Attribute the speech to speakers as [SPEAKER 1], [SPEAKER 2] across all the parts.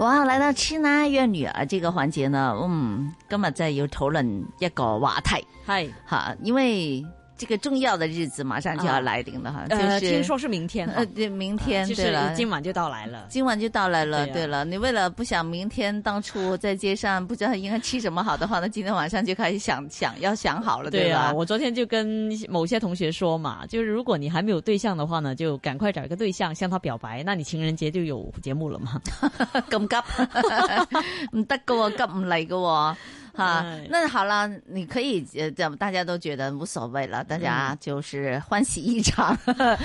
[SPEAKER 1] 哇，嚟到痴男怨女啊這個環節呢，嗯，今日真係要討論一個話題
[SPEAKER 2] 係，
[SPEAKER 1] 哈，因為這個重要的日子馬上就要來臨了哈，
[SPEAKER 2] 呃，
[SPEAKER 1] 就是
[SPEAKER 2] 聽說是明天啊，
[SPEAKER 1] 呃，對明天、
[SPEAKER 2] 就
[SPEAKER 1] 對
[SPEAKER 2] 是
[SPEAKER 3] 嗯
[SPEAKER 1] 了。
[SPEAKER 2] 今晚就到來了。
[SPEAKER 1] 今晚就到來了，
[SPEAKER 2] 對呀
[SPEAKER 1] 對了，你為了不想明天當初在街上不知道應該吃什麼好的話，那今天晚上就開始想想要想好了，
[SPEAKER 2] 對啊，
[SPEAKER 1] 吧？
[SPEAKER 2] 我昨天就跟某些同學說嘛，就是如果你還沒有對象的話呢，就趕快找一個對象向他表白，那你情人節就有節目了嘛。
[SPEAKER 1] 咁急 唔得噶喎，急唔嚟噶 喎。哈
[SPEAKER 2] 哎，
[SPEAKER 1] 那好了，你可以呃，咱们大家都觉得无所谓了，大家
[SPEAKER 2] 嗯
[SPEAKER 1] 就是欢喜一场。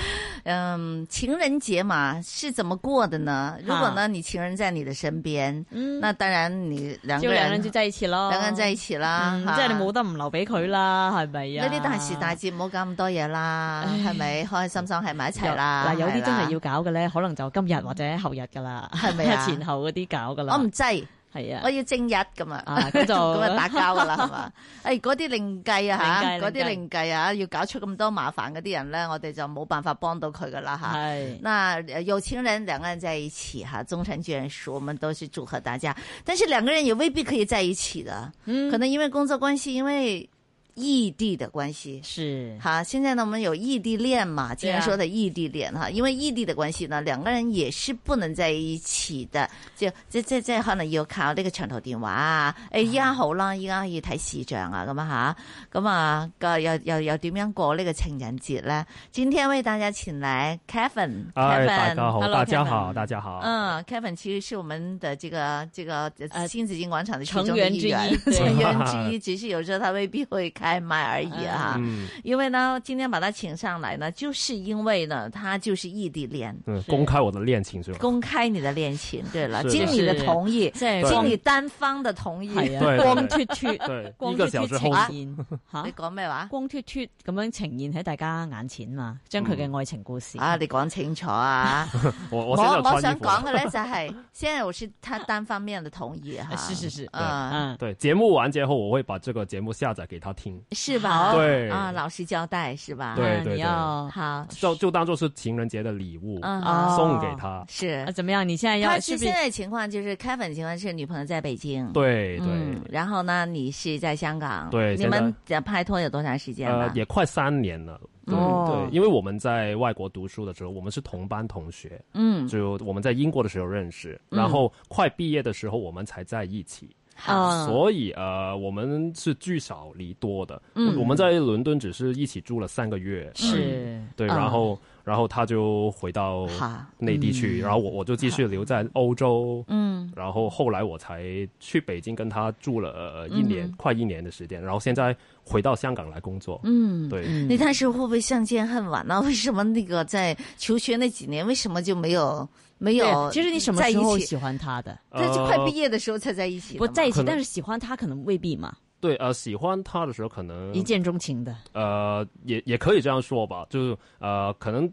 [SPEAKER 1] 嗯，情人节嘛是怎么过的呢？如果呢，你情人在你的身边，
[SPEAKER 2] 嗯，
[SPEAKER 1] 那当然你两
[SPEAKER 2] 就
[SPEAKER 1] 个
[SPEAKER 2] 兩
[SPEAKER 1] 人
[SPEAKER 2] 個人就在一起咯，
[SPEAKER 1] 兩個人在一起啦，
[SPEAKER 2] 嗯，
[SPEAKER 1] 哈
[SPEAKER 2] 即係你冇得唔留俾佢啦，係咪啊？
[SPEAKER 1] 呢啲大時大節唔好搞咁多嘢啦，
[SPEAKER 2] 唉
[SPEAKER 1] 係咪？開開心心喺埋一齊
[SPEAKER 2] 有
[SPEAKER 1] 啦。
[SPEAKER 2] 嗱，有
[SPEAKER 1] 係
[SPEAKER 2] 啲
[SPEAKER 1] 啦
[SPEAKER 2] 真係要搞嘅咧，可能就今日或者後日噶啦，
[SPEAKER 1] 係咪啊
[SPEAKER 2] 前後嗰啲搞噶啦，
[SPEAKER 1] 我唔制，
[SPEAKER 2] 係 啊
[SPEAKER 1] 我，要正日咁
[SPEAKER 2] 啊
[SPEAKER 1] 啊，
[SPEAKER 2] 咁 就
[SPEAKER 1] 咁啊打交 噶啦，係嘛？誒嗰啲另計啊
[SPEAKER 2] 另
[SPEAKER 1] 嚇，
[SPEAKER 2] 計
[SPEAKER 1] 嗰啲
[SPEAKER 2] 另
[SPEAKER 1] 另計啊，要搞出咁多麻煩嗰啲人咧，我哋就冇辦法幫到佢噶啦嚇。
[SPEAKER 2] 係
[SPEAKER 1] 那呃有情人兩個人在一起哈，终成眷属，我们都是祝贺大家。但是两个人也未必可以在一起的，
[SPEAKER 2] 嗯
[SPEAKER 1] 可能因为工作关系，因为异地的关系，
[SPEAKER 2] 是
[SPEAKER 1] 好，现在呢，我们有异地恋嘛，今
[SPEAKER 2] 对啊
[SPEAKER 1] 天说的异地恋哈，因为异地的关系呢，两个人也是不能在一起的，就即即即可能要靠呢個長途電話啊，誒依家好啦，依家可以睇視像啊咁啊吓，咁啊個又又又點樣過呢個情人節咧？今天為大家請來 Kevin，Kevin，
[SPEAKER 4] 哎，大家好，
[SPEAKER 2] Hello，
[SPEAKER 4] 大家
[SPEAKER 2] Kevin
[SPEAKER 4] 好，大家好。
[SPEAKER 1] 嗯，Kevin 其实是我们的这个这个
[SPEAKER 2] 呃
[SPEAKER 1] 新紫金广场的其
[SPEAKER 2] 成
[SPEAKER 1] 中的
[SPEAKER 2] 员
[SPEAKER 1] 一
[SPEAKER 2] 之一
[SPEAKER 1] 员，
[SPEAKER 2] 对
[SPEAKER 1] 成员之一，只是有时候他未必会开麦而已啊哈。
[SPEAKER 4] 嗯
[SPEAKER 1] 因为呢，今天把他请上来呢，就是因为呢，他就是异地恋，
[SPEAKER 4] 嗯，公开我的恋情是 吧？
[SPEAKER 1] 公开你的恋情。对了，
[SPEAKER 4] 是
[SPEAKER 1] 经你的同意，
[SPEAKER 2] 即係
[SPEAKER 4] 對
[SPEAKER 1] 经
[SPEAKER 2] 光
[SPEAKER 1] 你单方的同意。
[SPEAKER 2] 係
[SPEAKER 4] 對對
[SPEAKER 2] 啊，光脱脱。
[SPEAKER 4] 对，
[SPEAKER 2] 光
[SPEAKER 4] 一个
[SPEAKER 2] 脱
[SPEAKER 4] 小
[SPEAKER 2] 脱
[SPEAKER 4] 时
[SPEAKER 2] 呈
[SPEAKER 4] 后，
[SPEAKER 2] 現嚇
[SPEAKER 1] 你，讲咩话？
[SPEAKER 2] 光脱脱咁樣呈現喺大家眼前嘛，將佢
[SPEAKER 4] 嗯
[SPEAKER 2] 嘅愛情故事
[SPEAKER 1] 啊，你讲清楚啊！
[SPEAKER 4] 我
[SPEAKER 1] 我
[SPEAKER 4] 我现在有
[SPEAKER 1] 我
[SPEAKER 4] 穿
[SPEAKER 1] 想
[SPEAKER 4] 衣服了
[SPEAKER 1] 讲。嘅咧就系，现在我是他单方面的同意哈。
[SPEAKER 2] 啊哎是是是
[SPEAKER 1] 嗯，
[SPEAKER 2] 嗯，
[SPEAKER 4] 对，节目完结后，我会把这个节目下载给他听。
[SPEAKER 1] 是吧？
[SPEAKER 4] 对
[SPEAKER 1] 啊，老实交代是吧？
[SPEAKER 4] 对
[SPEAKER 2] 啊你要
[SPEAKER 1] 好，
[SPEAKER 4] 就就当做是情人节的礼物、
[SPEAKER 1] 嗯，
[SPEAKER 2] 哦
[SPEAKER 4] 送给他。
[SPEAKER 1] 是
[SPEAKER 2] 啊，。怎么样？你现在要
[SPEAKER 1] 他是
[SPEAKER 2] 是不
[SPEAKER 1] 现
[SPEAKER 2] 是？
[SPEAKER 1] 在情况就是开粉情况是女朋友在北京，
[SPEAKER 4] 对对、
[SPEAKER 1] 嗯，然后呢，你是在香港，
[SPEAKER 4] 对
[SPEAKER 1] 你们在拍拖有多长时间
[SPEAKER 4] 呃
[SPEAKER 1] 了，？
[SPEAKER 4] 也快三年了。对、
[SPEAKER 2] 哦
[SPEAKER 4] 对，因为我们在外国读书的时候，我们是同班同学，
[SPEAKER 1] 嗯，
[SPEAKER 4] 就我们在英国的时候认识，
[SPEAKER 1] 嗯
[SPEAKER 4] 然后快毕业的时候我们才在一起。
[SPEAKER 2] 啊，
[SPEAKER 4] 所以呃，我们是聚少离多的。
[SPEAKER 1] 嗯
[SPEAKER 4] 我们在伦敦只是一起住了三个月，
[SPEAKER 2] 是
[SPEAKER 4] 对，
[SPEAKER 1] 啊
[SPEAKER 4] 然后、然后他就回到
[SPEAKER 1] 好，
[SPEAKER 4] 内地去，然后我我就继续留在欧洲。
[SPEAKER 1] 嗯，
[SPEAKER 4] 然后后来我才去北京跟他住了呃一年，
[SPEAKER 1] 嗯
[SPEAKER 4] 快一年的时间，然后现在回到香港来工作。
[SPEAKER 1] 嗯，
[SPEAKER 4] 对，
[SPEAKER 1] 你当时会不会相见恨晚呢？为 什么那个在求学那几年，为什么就没有没有？
[SPEAKER 2] 对，其实你什么
[SPEAKER 1] 在
[SPEAKER 2] 时候
[SPEAKER 1] 一起？
[SPEAKER 2] 喜欢他的？
[SPEAKER 1] 但是快
[SPEAKER 4] 呃
[SPEAKER 1] 毕业的时候才在一起的嘛，
[SPEAKER 2] 不在一起
[SPEAKER 4] 可，能
[SPEAKER 2] 但是喜欢他可能未必嘛，
[SPEAKER 4] 对呃，喜欢他的时候可能
[SPEAKER 2] 一见钟情的。
[SPEAKER 4] 呃也也可以这样说吧，就是呃可能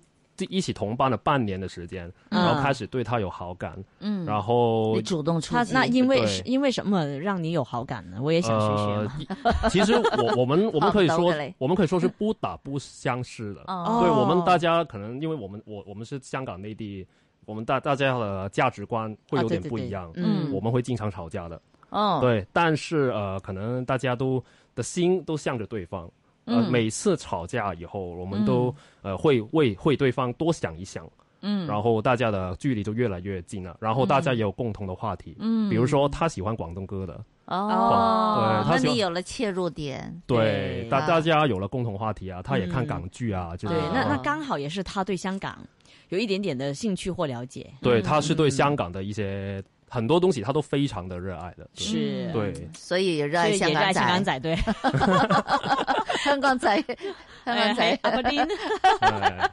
[SPEAKER 4] 一起同班了半年的时间，
[SPEAKER 2] 嗯
[SPEAKER 4] 然后开始对他有好感，
[SPEAKER 1] 嗯，
[SPEAKER 4] 然后
[SPEAKER 1] 你主动出
[SPEAKER 2] 他
[SPEAKER 1] 击，
[SPEAKER 2] 那因为
[SPEAKER 4] 对
[SPEAKER 2] 是因为什么让你有好感呢？我也想学学嘛。
[SPEAKER 4] 呃、 其实我我 们我们可以
[SPEAKER 1] 好不
[SPEAKER 4] 说
[SPEAKER 1] 得嘞，
[SPEAKER 4] 我们可以说是不打不相识的。
[SPEAKER 1] 哦，
[SPEAKER 4] 对我们大家可能因为我们我我们是香港内地，我们大大家的价值观会
[SPEAKER 2] 啊
[SPEAKER 4] 有
[SPEAKER 2] 对
[SPEAKER 4] 点
[SPEAKER 2] 对
[SPEAKER 4] 不
[SPEAKER 2] 对
[SPEAKER 4] 一样，
[SPEAKER 2] 嗯
[SPEAKER 4] 我们会经常吵架的。
[SPEAKER 1] 哦，
[SPEAKER 4] 对，但是呃，可能大家都的心都向着对方。呃，
[SPEAKER 1] 嗯
[SPEAKER 4] 每次吵架以后，我们都、呃会为为对方多想一想，
[SPEAKER 1] 嗯，
[SPEAKER 4] 然后大家的距离就越来越近了，然后大家也有共同的话题，
[SPEAKER 1] 嗯，
[SPEAKER 4] 比如说他喜欢广东歌的，
[SPEAKER 1] 哦，
[SPEAKER 4] 对他
[SPEAKER 1] 那
[SPEAKER 4] 喜欢
[SPEAKER 1] 你有了切入点，
[SPEAKER 4] 对
[SPEAKER 2] 对，
[SPEAKER 4] 大
[SPEAKER 1] 啊
[SPEAKER 4] 大家有了共同话题啊，他也看港剧啊，就是
[SPEAKER 2] 对，那那
[SPEAKER 1] 哦
[SPEAKER 2] 刚好也是他对香港有一点点的兴趣或了解。
[SPEAKER 4] 对，他是对香港的一些很多东西他都非常的热爱的，对
[SPEAKER 2] 是，
[SPEAKER 4] 对
[SPEAKER 1] 所以嗯也热
[SPEAKER 2] 所
[SPEAKER 1] 爱
[SPEAKER 2] 以 也
[SPEAKER 1] 香
[SPEAKER 2] 热爱
[SPEAKER 1] 港
[SPEAKER 2] 香港
[SPEAKER 1] 仔，
[SPEAKER 2] 仔，对，
[SPEAKER 1] 香 港仔，香港 仔
[SPEAKER 2] 哎还。阿伯丁，
[SPEAKER 4] 哎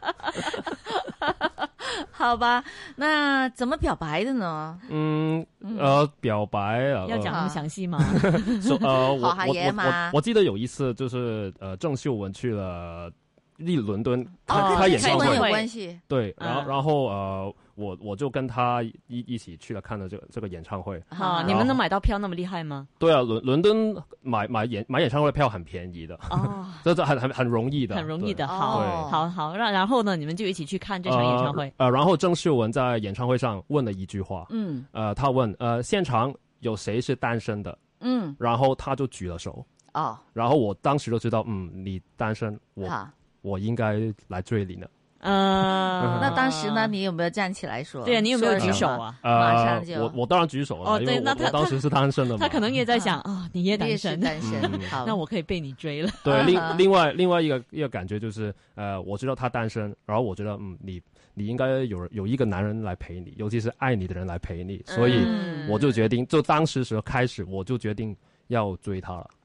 [SPEAKER 1] 好吧，那怎么表白的呢？
[SPEAKER 4] 嗯，呃，表白啊，
[SPEAKER 2] 要讲那么详细吗？
[SPEAKER 1] 嗯
[SPEAKER 4] 呃，说 呃，我
[SPEAKER 1] 好哈
[SPEAKER 4] 我
[SPEAKER 1] 爷
[SPEAKER 4] 我
[SPEAKER 1] 嘛
[SPEAKER 4] 我我记得有一次就是呃，郑秀文去了利伦敦开
[SPEAKER 1] 哦，
[SPEAKER 4] 开
[SPEAKER 1] 跟
[SPEAKER 4] 演
[SPEAKER 1] 新
[SPEAKER 4] 唱
[SPEAKER 1] 闻有
[SPEAKER 4] 会，
[SPEAKER 1] 关系。
[SPEAKER 4] 对，然后
[SPEAKER 2] 嗯
[SPEAKER 4] 然后呃，我我就跟他一一起去了看了这这个演唱会，
[SPEAKER 2] 啊，
[SPEAKER 1] 好
[SPEAKER 2] 你们能买到票那么厉害吗？
[SPEAKER 4] 对啊，伦伦敦买买演买演唱会票很便宜的，
[SPEAKER 2] 哦，
[SPEAKER 4] 这这很很很容易的，
[SPEAKER 2] 很容易的，
[SPEAKER 4] 对。啊
[SPEAKER 2] 好
[SPEAKER 1] 哦
[SPEAKER 2] 好好，那然后呢，你们就一起去看这场演唱会。
[SPEAKER 4] 呃，呃然后郑秀文在演唱会上问了一句话，
[SPEAKER 1] 嗯
[SPEAKER 4] 呃，他问，呃，现场有谁是单身的？
[SPEAKER 1] 嗯，
[SPEAKER 4] 然后他就举了手，
[SPEAKER 1] 哦，
[SPEAKER 4] 然后我当时就知道，嗯，你单身，我
[SPEAKER 1] 好。
[SPEAKER 4] 我应该来追你呢。
[SPEAKER 2] 嗯，
[SPEAKER 1] 那当时呢，你有没有站起来说？
[SPEAKER 2] 对你有没有举
[SPEAKER 1] 说
[SPEAKER 2] 手
[SPEAKER 1] 什么？
[SPEAKER 2] 啊？
[SPEAKER 4] 呃，
[SPEAKER 1] 马上就
[SPEAKER 4] 我我当然举手了，
[SPEAKER 2] 哦
[SPEAKER 4] 因为
[SPEAKER 2] 对
[SPEAKER 4] 我
[SPEAKER 2] 那他
[SPEAKER 4] 我当时是单身的嘛。
[SPEAKER 2] 他可能也在想啊，你也
[SPEAKER 1] 你
[SPEAKER 2] 单
[SPEAKER 1] 也是
[SPEAKER 2] 身，
[SPEAKER 1] 单身，
[SPEAKER 4] 嗯
[SPEAKER 1] 好。
[SPEAKER 2] 那我可以被你追了。
[SPEAKER 4] 对
[SPEAKER 1] 啊哈
[SPEAKER 4] 另另外另外一个一个感觉就是，呃，我知道他单身，然后我觉得，嗯，你你应该有有一个男人来陪你，尤其是爱你的人来陪你，所以
[SPEAKER 2] 嗯
[SPEAKER 4] 我就决定，就当时时候开始，我就决定要追他了。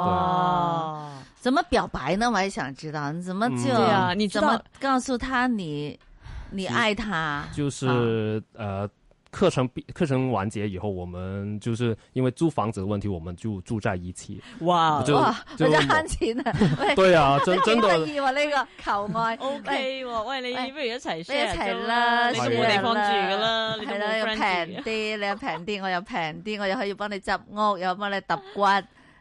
[SPEAKER 1] 哦，怎么表白呢？我还想知道，你怎么就
[SPEAKER 4] 嗯对
[SPEAKER 2] 啊你知
[SPEAKER 1] 怎
[SPEAKER 2] 道
[SPEAKER 1] 么告诉他你你爱他？
[SPEAKER 4] 就是呃，课程毕课程完结以后，我们就是因为租房子的问题，我们就住在一起。
[SPEAKER 2] 哇哦
[SPEAKER 4] 我就
[SPEAKER 1] 哇，
[SPEAKER 4] 就
[SPEAKER 1] 人家 悭钱啊！喂，
[SPEAKER 4] 对啊，真真
[SPEAKER 1] 幾
[SPEAKER 4] 的
[SPEAKER 1] 得。意喎呢個求愛。喂
[SPEAKER 2] ，OK 喎，喂，你
[SPEAKER 1] 喂
[SPEAKER 2] 不如一齊
[SPEAKER 1] 你一
[SPEAKER 2] share
[SPEAKER 1] 齊
[SPEAKER 2] 啫
[SPEAKER 1] 啦，
[SPEAKER 2] 嘛你都
[SPEAKER 4] 係
[SPEAKER 2] 冇
[SPEAKER 4] 啊
[SPEAKER 2] 地方住噶啦，你都
[SPEAKER 1] 係啦，
[SPEAKER 2] 冇
[SPEAKER 1] 又
[SPEAKER 2] friend
[SPEAKER 1] 平
[SPEAKER 2] 住。
[SPEAKER 1] 啲，你又平啲，我又平啲，我又可以幫你執屋，又幫你揼骨，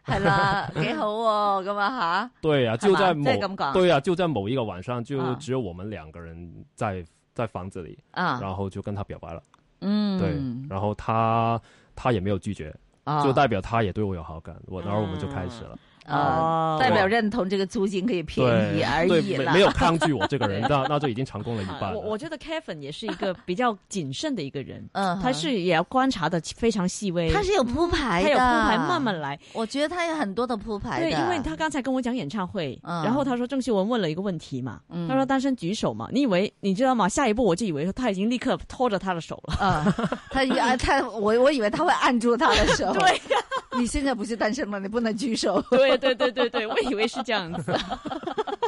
[SPEAKER 1] 係 啦，幾好喎，咁啊
[SPEAKER 4] 对啊，
[SPEAKER 1] 係
[SPEAKER 4] 就
[SPEAKER 1] 嘛
[SPEAKER 4] 在
[SPEAKER 1] 即
[SPEAKER 4] 某
[SPEAKER 1] 係咁講
[SPEAKER 4] 对啊，就在某一个晚上，就
[SPEAKER 1] 嗯
[SPEAKER 4] 只有我们两个人在在房子里，
[SPEAKER 1] 吓，啊，
[SPEAKER 4] 然后就跟他表白了。对
[SPEAKER 1] 嗯，，
[SPEAKER 4] 然后他他也没有拒绝，
[SPEAKER 1] 哦
[SPEAKER 4] 就代表他也对我有好感，我然后我们就开始了。
[SPEAKER 1] 啊
[SPEAKER 2] 哦
[SPEAKER 1] 代表认同这个租金可以便宜而
[SPEAKER 4] 呃对
[SPEAKER 1] 已
[SPEAKER 4] 对，
[SPEAKER 1] 啦
[SPEAKER 4] 没没。有抗拒我这个人，那 那就已经成功了一半
[SPEAKER 2] 啊我我
[SPEAKER 4] 了。
[SPEAKER 2] 觉得 Kevin 也是一个比较谨慎的一个人，
[SPEAKER 1] 嗯哼
[SPEAKER 2] 他是也要观察的非常细微，
[SPEAKER 1] 他是有铺
[SPEAKER 2] 他
[SPEAKER 1] 排的，
[SPEAKER 2] 有铺排慢慢来。
[SPEAKER 1] 我觉得他有很多的铺排的，
[SPEAKER 2] 对，因为他刚才跟我讲演唱会，
[SPEAKER 1] 嗯
[SPEAKER 2] 然后他说郑秀文问了一个问题嘛，
[SPEAKER 1] 嗯
[SPEAKER 2] 他说单身举手嘛，你以为你知道吗？下一步我就以为他已经立刻拖着他的手了，
[SPEAKER 1] 啊，他以啊他我我以为他会按住他的手，
[SPEAKER 2] 对，
[SPEAKER 1] 你现在不是单身吗？你不能举手，
[SPEAKER 2] 对对对对对，我以为是这样子，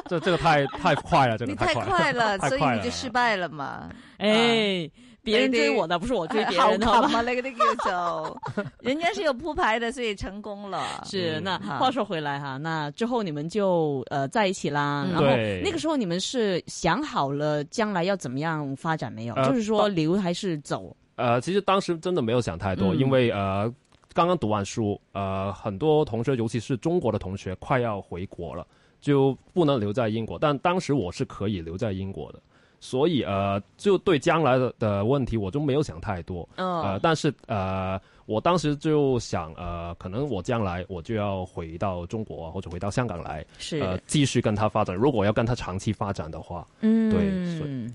[SPEAKER 4] 这这个太太快了，这个
[SPEAKER 1] 你太
[SPEAKER 4] 快
[SPEAKER 1] 快了，所以
[SPEAKER 4] 快
[SPEAKER 1] 你就失败了嘛。
[SPEAKER 2] 哎，别人追我的不是我追别人的，好
[SPEAKER 1] 好
[SPEAKER 2] 吧？
[SPEAKER 1] 嘛，那个那个 叫做，人家是有铺排的，所以成功了。
[SPEAKER 2] 是，
[SPEAKER 4] 嗯
[SPEAKER 2] 那
[SPEAKER 1] 好
[SPEAKER 2] 话说回来哈，那之后你们就呃在一起啦，
[SPEAKER 1] 嗯
[SPEAKER 2] 然后
[SPEAKER 4] 对
[SPEAKER 2] 那个时候你们是想好了将来要怎么样发展没有？
[SPEAKER 4] 呃
[SPEAKER 2] 就是说留还是走？
[SPEAKER 4] 呃，其实当时真的没有想太多，
[SPEAKER 2] 嗯
[SPEAKER 4] 因为呃，刚刚读完书，呃，很多同学，尤其是中国的同学，快要回国了，就不能留在英国。但当时我是可以留在英国的，所以呃，就对将来的的问题，我就没有想太多。呃，
[SPEAKER 2] 嗯
[SPEAKER 4] 但是呃，我当时就想，呃，可能我将来我就要回到中国啊或者回到香港来，
[SPEAKER 2] 是，
[SPEAKER 4] 呃，继续跟他发展。如果要跟他长期发展的话，
[SPEAKER 2] 嗯
[SPEAKER 4] 对所以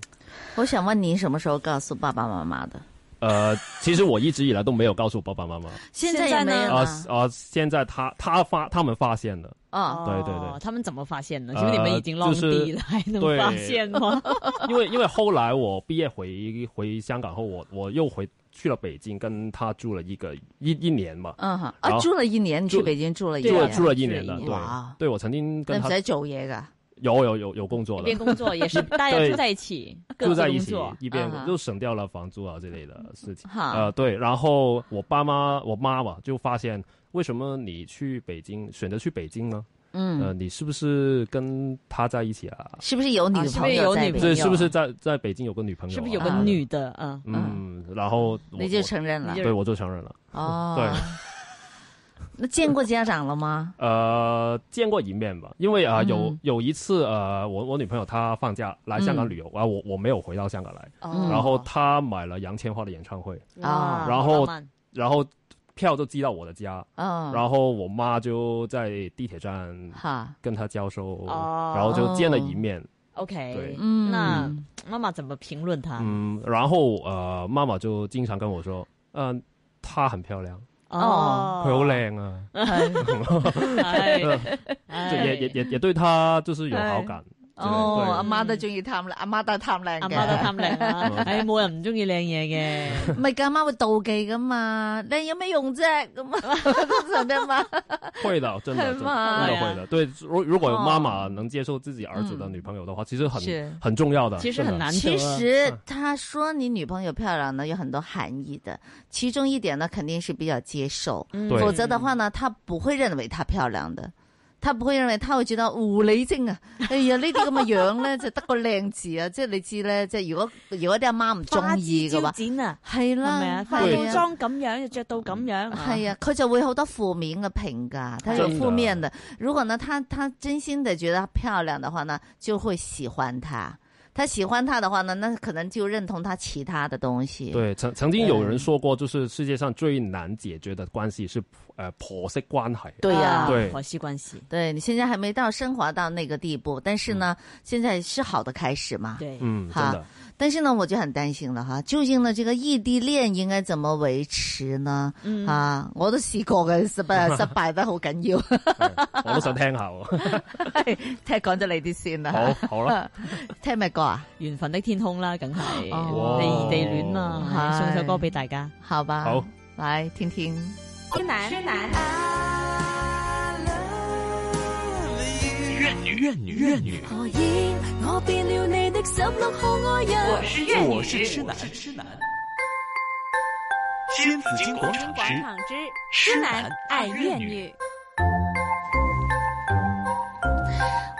[SPEAKER 1] 我想问你什么时候告诉爸爸妈妈的？
[SPEAKER 4] 呃，其实我一直以来都没有告诉爸爸妈妈。
[SPEAKER 1] 现在有没有
[SPEAKER 4] 啊
[SPEAKER 1] 呢？
[SPEAKER 4] 啊！现在他他发他们发现 了，
[SPEAKER 1] 哦，
[SPEAKER 4] 对对对
[SPEAKER 2] 哦他们怎么发现呢？
[SPEAKER 4] 呃
[SPEAKER 2] 因为你们已经浪
[SPEAKER 4] 就是
[SPEAKER 2] 地了，还能
[SPEAKER 4] 对
[SPEAKER 2] 发现吗？
[SPEAKER 4] 因为因为后来我毕业回回香港后，我我又回去了北京，跟他住了一个一一年嘛，
[SPEAKER 1] 嗯哼，
[SPEAKER 4] 然
[SPEAKER 1] 啊
[SPEAKER 4] 后
[SPEAKER 1] 住了一年，你去
[SPEAKER 4] 住
[SPEAKER 1] 北京住了一
[SPEAKER 4] 住
[SPEAKER 1] 年
[SPEAKER 4] 了
[SPEAKER 1] 啊，
[SPEAKER 4] 住了一年了，
[SPEAKER 2] 住了一
[SPEAKER 1] 年
[SPEAKER 4] 对
[SPEAKER 1] 哇，
[SPEAKER 4] 对我曾经
[SPEAKER 1] 你
[SPEAKER 4] 跟
[SPEAKER 1] 唔
[SPEAKER 4] 他
[SPEAKER 1] 使做嘢噶。
[SPEAKER 4] 有有有有工作
[SPEAKER 2] 一
[SPEAKER 4] 的
[SPEAKER 2] 边，工作也是，大家
[SPEAKER 4] 对
[SPEAKER 2] 住在一起，各
[SPEAKER 4] 住
[SPEAKER 2] 自
[SPEAKER 4] 在一
[SPEAKER 2] 工
[SPEAKER 4] 起
[SPEAKER 2] 作，嗯
[SPEAKER 4] 一边
[SPEAKER 1] 啊哈
[SPEAKER 4] 就省掉了房租啊之类的事情，
[SPEAKER 1] 哈
[SPEAKER 2] 啊
[SPEAKER 4] 呃对，然后我爸妈我妈嘛就发现，为什么你去北京选择去北京呢？呃，
[SPEAKER 1] 嗯，
[SPEAKER 4] 你是不是跟他在一起啊？
[SPEAKER 1] 是不是有
[SPEAKER 2] 啊
[SPEAKER 1] 女
[SPEAKER 2] 是不
[SPEAKER 1] 朋
[SPEAKER 2] 是
[SPEAKER 1] 友
[SPEAKER 2] 有
[SPEAKER 1] 在
[SPEAKER 2] 女
[SPEAKER 1] 北
[SPEAKER 2] 朋
[SPEAKER 4] 这
[SPEAKER 2] 友
[SPEAKER 1] 京？
[SPEAKER 4] 是不是在在北京有个女朋友啊？
[SPEAKER 2] 是不是有个
[SPEAKER 1] 啊
[SPEAKER 2] 女的啊？
[SPEAKER 4] 嗯，然后我
[SPEAKER 1] 你就
[SPEAKER 4] 我
[SPEAKER 1] 承认了
[SPEAKER 2] 你就
[SPEAKER 4] 对我就承认了。
[SPEAKER 1] 哦。
[SPEAKER 4] 对，
[SPEAKER 1] 那见过家长了吗？
[SPEAKER 4] 呃，见过一面吧，因为啊、呃有
[SPEAKER 1] 嗯
[SPEAKER 4] 有一次呃，我我女朋友她放假来香港旅游啊、我我没有回到香港来，
[SPEAKER 2] 哦
[SPEAKER 1] 嗯
[SPEAKER 4] 然后她买了杨千嬅的演唱会，
[SPEAKER 1] 啊
[SPEAKER 4] 然后
[SPEAKER 2] 浪漫
[SPEAKER 4] 然后票就寄到我的家，
[SPEAKER 1] 嗯，
[SPEAKER 4] 然后我妈就在地铁站
[SPEAKER 1] 哈，
[SPEAKER 4] 跟她交收，
[SPEAKER 2] 哦
[SPEAKER 4] 然后就见了一面，
[SPEAKER 1] 哦
[SPEAKER 2] OK，
[SPEAKER 4] 对
[SPEAKER 1] 嗯，
[SPEAKER 2] 那妈妈怎么评论他？
[SPEAKER 4] 嗯，然后呃，妈妈就经常跟我说，嗯、她很漂亮，
[SPEAKER 2] 哦，
[SPEAKER 4] 佢好靚啊，
[SPEAKER 1] 哎
[SPEAKER 2] 哎，
[SPEAKER 4] 就
[SPEAKER 2] 哎
[SPEAKER 1] 哎
[SPEAKER 4] 也也也也对她就是有好感，之类的。
[SPEAKER 1] 哦，
[SPEAKER 4] 对
[SPEAKER 1] 阿媽都中意貪靚，阿媽都係貪靚
[SPEAKER 2] 阿
[SPEAKER 1] 嘅。
[SPEAKER 2] 媽都貪靚啦
[SPEAKER 4] 嗯，
[SPEAKER 2] 唉，冇人唔中意靚嘢嘅。
[SPEAKER 1] 唔係㗎，阿媽會妒忌㗎嘛，靚有咩用啫？咁 啊，真係嘛？
[SPEAKER 4] 会的，真的，
[SPEAKER 1] 很
[SPEAKER 4] 真的
[SPEAKER 1] 忙
[SPEAKER 4] 真的会的。对，如如果有
[SPEAKER 1] 哦嗯
[SPEAKER 4] 妈妈能接受自己儿子的女朋友的话，其实很
[SPEAKER 2] 是
[SPEAKER 4] 很重要的，
[SPEAKER 2] 其实
[SPEAKER 4] 真的
[SPEAKER 2] 很啊难
[SPEAKER 1] 其
[SPEAKER 2] 得。嗯
[SPEAKER 1] 实他说你女朋友漂亮呢，有很多含义的。其中一点呢，肯定是比较接受，
[SPEAKER 2] 嗯
[SPEAKER 4] 对
[SPEAKER 1] 否则的话呢，他不会认为她漂亮的。他不會認為，他會覺得狐狸精啊！哎呀，呢啲咁嘅樣咧，就得個靚字啊！即係你知咧，即係如果如果啲阿媽唔中意嘅話，
[SPEAKER 2] 展啊，
[SPEAKER 1] 係
[SPEAKER 2] 係
[SPEAKER 1] 啦，
[SPEAKER 2] 咪啊？化嗯
[SPEAKER 4] 對
[SPEAKER 2] 到妝咁樣，就着到咁樣，
[SPEAKER 1] 系啊，佢就會好多負面嘅評價，他有
[SPEAKER 4] 真的
[SPEAKER 1] 負面的。如果呢，他他真心的覺得她漂亮的話呢，就會喜歡她。他喜歡她的話呢，那可能就認同她其他的東西。
[SPEAKER 4] 对，曾曾经有人说过，就是世界上最难解决的关系是呃婆媳关系。
[SPEAKER 1] 对呀、
[SPEAKER 2] 啊
[SPEAKER 4] 对
[SPEAKER 2] 婆媳关系，
[SPEAKER 1] 对你现在还没到升华到那个地步，但是呢，现在是好的开始嘛。
[SPEAKER 2] 对，
[SPEAKER 4] 嗯，真的，
[SPEAKER 1] 但是呢，我就很担心了哈，究竟呢这个异地恋应该怎么维持呢？
[SPEAKER 2] 嗯
[SPEAKER 1] 啊，我都试过嘅，失敗失敗得好緊要。
[SPEAKER 4] 我都想聽下喎。
[SPEAKER 1] 聽講咗你啲先啦，
[SPEAKER 4] 好，好啦，
[SPEAKER 1] 聽咩歌啊？
[SPEAKER 2] 緣分的天空啦，梗係
[SPEAKER 1] 哦
[SPEAKER 2] 地地戀嘛，
[SPEAKER 1] 係
[SPEAKER 2] 係送首歌俾大家。
[SPEAKER 1] 好吧，
[SPEAKER 4] 好，
[SPEAKER 1] 来听听。
[SPEAKER 3] 痴男，痴男。
[SPEAKER 5] 怨女，怨女，怨女。
[SPEAKER 3] 何以我變了你的十六號愛人？
[SPEAKER 5] 我是痴男，痴男。新紫金广场之痴男爱怨女。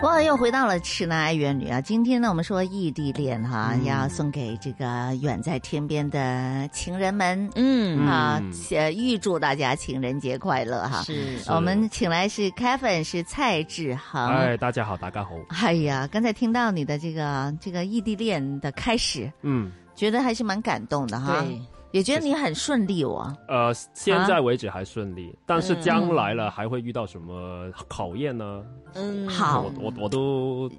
[SPEAKER 1] 哇，又回到了痴男爱怨女啊！今天呢，我们说异地恋哈，
[SPEAKER 4] 嗯
[SPEAKER 1] 要送给这个远在天边的情人们、
[SPEAKER 2] 嗯，
[SPEAKER 1] 啊
[SPEAKER 4] 嗯，
[SPEAKER 1] 呃预祝大家情人节快乐哈！
[SPEAKER 2] 是
[SPEAKER 4] 是
[SPEAKER 1] 我们请来是 Kevin，是蔡志恒。
[SPEAKER 4] 哎，大家好，大家好，
[SPEAKER 1] 哎呀，刚才听到你的这个这个异地恋的开始，
[SPEAKER 4] 嗯，
[SPEAKER 1] 觉得还是蛮感动的哈，
[SPEAKER 2] 对，
[SPEAKER 1] 也觉得你很顺利哦。
[SPEAKER 4] 呃，现在为止还顺利，但是将来
[SPEAKER 1] 嗯
[SPEAKER 4] 了还会遇到什么考验呢？
[SPEAKER 2] 嗯，
[SPEAKER 1] 好
[SPEAKER 4] 我我我都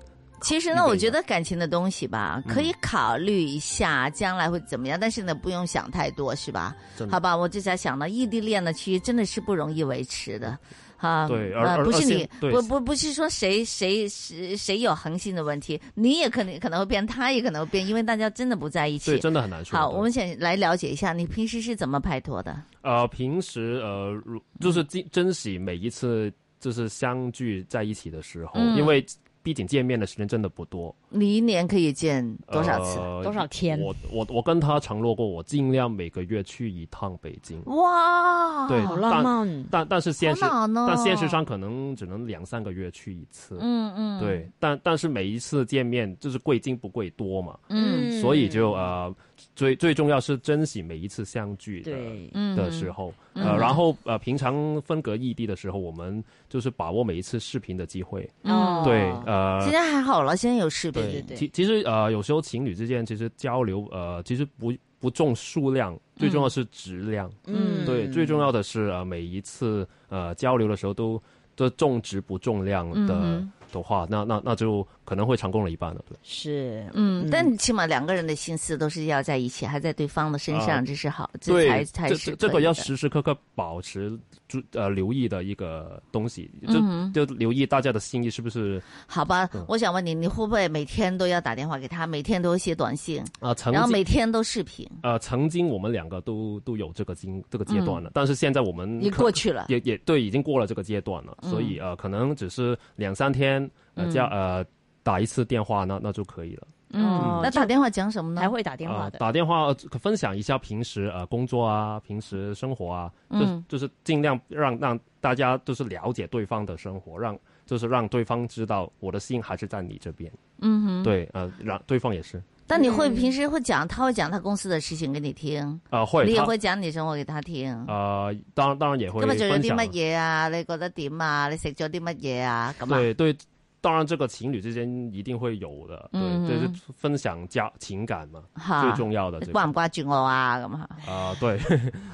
[SPEAKER 1] 其实
[SPEAKER 4] 预
[SPEAKER 1] 呢，
[SPEAKER 4] 备
[SPEAKER 1] 我
[SPEAKER 4] 一下嗯
[SPEAKER 1] 觉得感情的东西吧，可以考虑一下将来会怎么样，但是呢，不用想太多，是吧？
[SPEAKER 4] 真
[SPEAKER 1] 好
[SPEAKER 4] 的
[SPEAKER 1] 吧，我就在想呢，异地恋呢，其实真的是不容易维持的。啊，
[SPEAKER 4] 对而
[SPEAKER 1] 呃，
[SPEAKER 4] 而
[SPEAKER 1] 不是
[SPEAKER 4] 而且
[SPEAKER 1] 你，
[SPEAKER 4] 对
[SPEAKER 1] 不不不是说谁谁谁谁有恒心的问题，你也可能可能会变，他也可能会变，因为大家真的不在一
[SPEAKER 4] 对，
[SPEAKER 1] 起。
[SPEAKER 4] 真的很难说。
[SPEAKER 1] 好，
[SPEAKER 4] 对
[SPEAKER 1] 我们想来了解一下，你平时是怎么拍拖的？
[SPEAKER 4] 呃，平时呃，如就是
[SPEAKER 1] 嗯
[SPEAKER 4] 珍珍惜每一次就是相聚在一起的时候，
[SPEAKER 1] 嗯
[SPEAKER 4] 因为毕竟见面的时间真的不多。
[SPEAKER 1] 你一年可以见多少次？
[SPEAKER 4] 呃
[SPEAKER 2] 多少天？
[SPEAKER 4] 我我我跟他承诺过，我尽量每个月去一趟北京。
[SPEAKER 1] 哇，
[SPEAKER 4] 对
[SPEAKER 2] 好浪漫，
[SPEAKER 4] 但但是现实，
[SPEAKER 1] 好难哦
[SPEAKER 4] 但现实上可能只能两三个月去一次。
[SPEAKER 1] 嗯嗯，
[SPEAKER 4] 对，但但是每一次见面就是贵精不贵多嘛，
[SPEAKER 1] 嗯
[SPEAKER 4] 所以就呃最最重要是珍惜每一次相聚的
[SPEAKER 2] 对，
[SPEAKER 1] 嗯
[SPEAKER 4] 的时候，
[SPEAKER 1] 嗯
[SPEAKER 4] 呃，
[SPEAKER 1] 嗯
[SPEAKER 4] 然后呃平常分隔异地的时候，我们就是把握每一次视频的机会。
[SPEAKER 1] 嗯
[SPEAKER 2] 哦
[SPEAKER 4] 对，
[SPEAKER 1] 现
[SPEAKER 4] 呃，
[SPEAKER 1] 在还好了，现在有视频，
[SPEAKER 2] 对对
[SPEAKER 4] 其其实呃有时候情侣之间其实交流呃其实不不重数量，最重要是质量。
[SPEAKER 1] 嗯
[SPEAKER 4] 对，最重要的是呃，每一次呃交流的时候都都重质不重量的、
[SPEAKER 1] 嗯
[SPEAKER 4] 的话，那那那就可能会成功了一半了。对，
[SPEAKER 2] 是，
[SPEAKER 1] 嗯
[SPEAKER 2] 嗯，
[SPEAKER 1] 但起码两个人的心思都是要在一起，还在对方的身
[SPEAKER 4] 啊
[SPEAKER 1] 上，这是好，这才
[SPEAKER 4] 对，
[SPEAKER 1] 才
[SPEAKER 4] 这
[SPEAKER 1] 是
[SPEAKER 4] 这这
[SPEAKER 1] 可
[SPEAKER 4] 个
[SPEAKER 1] 以
[SPEAKER 4] 要
[SPEAKER 1] 的
[SPEAKER 4] 时时刻刻保持注呃留意的一个东西，就、
[SPEAKER 1] 嗯
[SPEAKER 4] 就留意大家的心意是不是
[SPEAKER 1] 好吧
[SPEAKER 4] 嗯？
[SPEAKER 1] 我想问你，你会不会每天都要打电话给他，每天都写短信，
[SPEAKER 4] 啊、曾
[SPEAKER 1] 然后
[SPEAKER 4] 经
[SPEAKER 1] 每天都视频？
[SPEAKER 4] 呃曾经我们两个都都有这个经这个阶段了，但是现在我们
[SPEAKER 1] 你
[SPEAKER 4] 可
[SPEAKER 1] 嗯过嗯去了，
[SPEAKER 4] 嗯也也对，已经过了这个阶段了，所以呃可能只是两三天呃加呃打一次电话那那就可以了。
[SPEAKER 1] 嗯
[SPEAKER 2] 哦，
[SPEAKER 1] 那打电话讲什么
[SPEAKER 2] 还
[SPEAKER 1] 呢？
[SPEAKER 2] 会打电话
[SPEAKER 4] 呃、
[SPEAKER 2] 的，
[SPEAKER 4] 打电话呃分享一下平时呃工作啊，平时生活啊，就、
[SPEAKER 1] 嗯
[SPEAKER 4] 就是尽量让让大家就是了解对方的生活，让就是让对方知道我的心还是在你这边。
[SPEAKER 1] 嗯哼，
[SPEAKER 4] 对，呃，让对方也是
[SPEAKER 1] 但你会平时会讲，他会讲他公司的事情给你听，
[SPEAKER 4] 呃会
[SPEAKER 1] 你也
[SPEAKER 4] 他
[SPEAKER 1] 会讲你生活给他聽。
[SPEAKER 4] 呃当然当然也会
[SPEAKER 1] 今日做咗
[SPEAKER 4] 分
[SPEAKER 1] 啲
[SPEAKER 4] 享
[SPEAKER 1] 乜。嘢啊？你覺得點啊？你食咗啲乜嘢啊？咁啊，
[SPEAKER 4] 对对，当然这个情侣之间一定会有的，对，
[SPEAKER 1] 嗯
[SPEAKER 4] 这是分享家情感嘛，
[SPEAKER 1] 吓
[SPEAKER 4] 最重要的这个
[SPEAKER 1] 掛唔
[SPEAKER 4] 啊、
[SPEAKER 1] 掛住我啊？咁啊，
[SPEAKER 4] 对，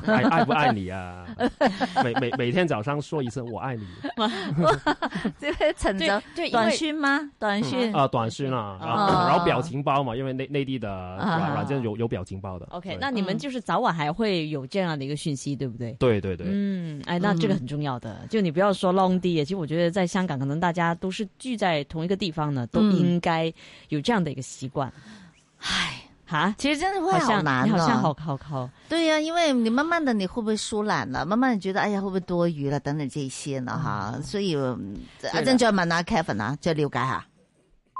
[SPEAKER 4] 爱爱不爱你啊？每每每天早上说一声我爱你。
[SPEAKER 1] 即係陳
[SPEAKER 2] 对
[SPEAKER 1] 就
[SPEAKER 2] 对，因
[SPEAKER 1] 短
[SPEAKER 2] 为嗯
[SPEAKER 1] 讯吗？短讯
[SPEAKER 4] 啊、短讯啊，然后
[SPEAKER 1] 啊
[SPEAKER 4] 然后表情包嘛，因为内内地的软软件有有表情包的。
[SPEAKER 2] OK，
[SPEAKER 4] 对
[SPEAKER 2] 那你们
[SPEAKER 1] 嗯
[SPEAKER 2] 就是早晚还会有这样的一个讯息，对不对？
[SPEAKER 4] 对对对，
[SPEAKER 1] 嗯
[SPEAKER 2] 啊嗯，哎，那这个很重要的，就你不要说 long 地，其实我觉得在香港可能大家都是聚在同一个地方呢，都
[SPEAKER 1] 嗯
[SPEAKER 2] 应该有这样的一个习惯。
[SPEAKER 1] 唉，
[SPEAKER 2] 哈，
[SPEAKER 1] 其实真的会
[SPEAKER 2] 好像
[SPEAKER 1] 难啊
[SPEAKER 2] 你
[SPEAKER 1] 的、
[SPEAKER 2] 好像好好好，
[SPEAKER 1] 对呀、因为你慢慢的你会不会疏懒了？慢慢地觉得哎呀会不会多余了？等等这些呢哈，所以嗯一
[SPEAKER 2] 的
[SPEAKER 1] 阵再问下 Kevin 啊，再了解下。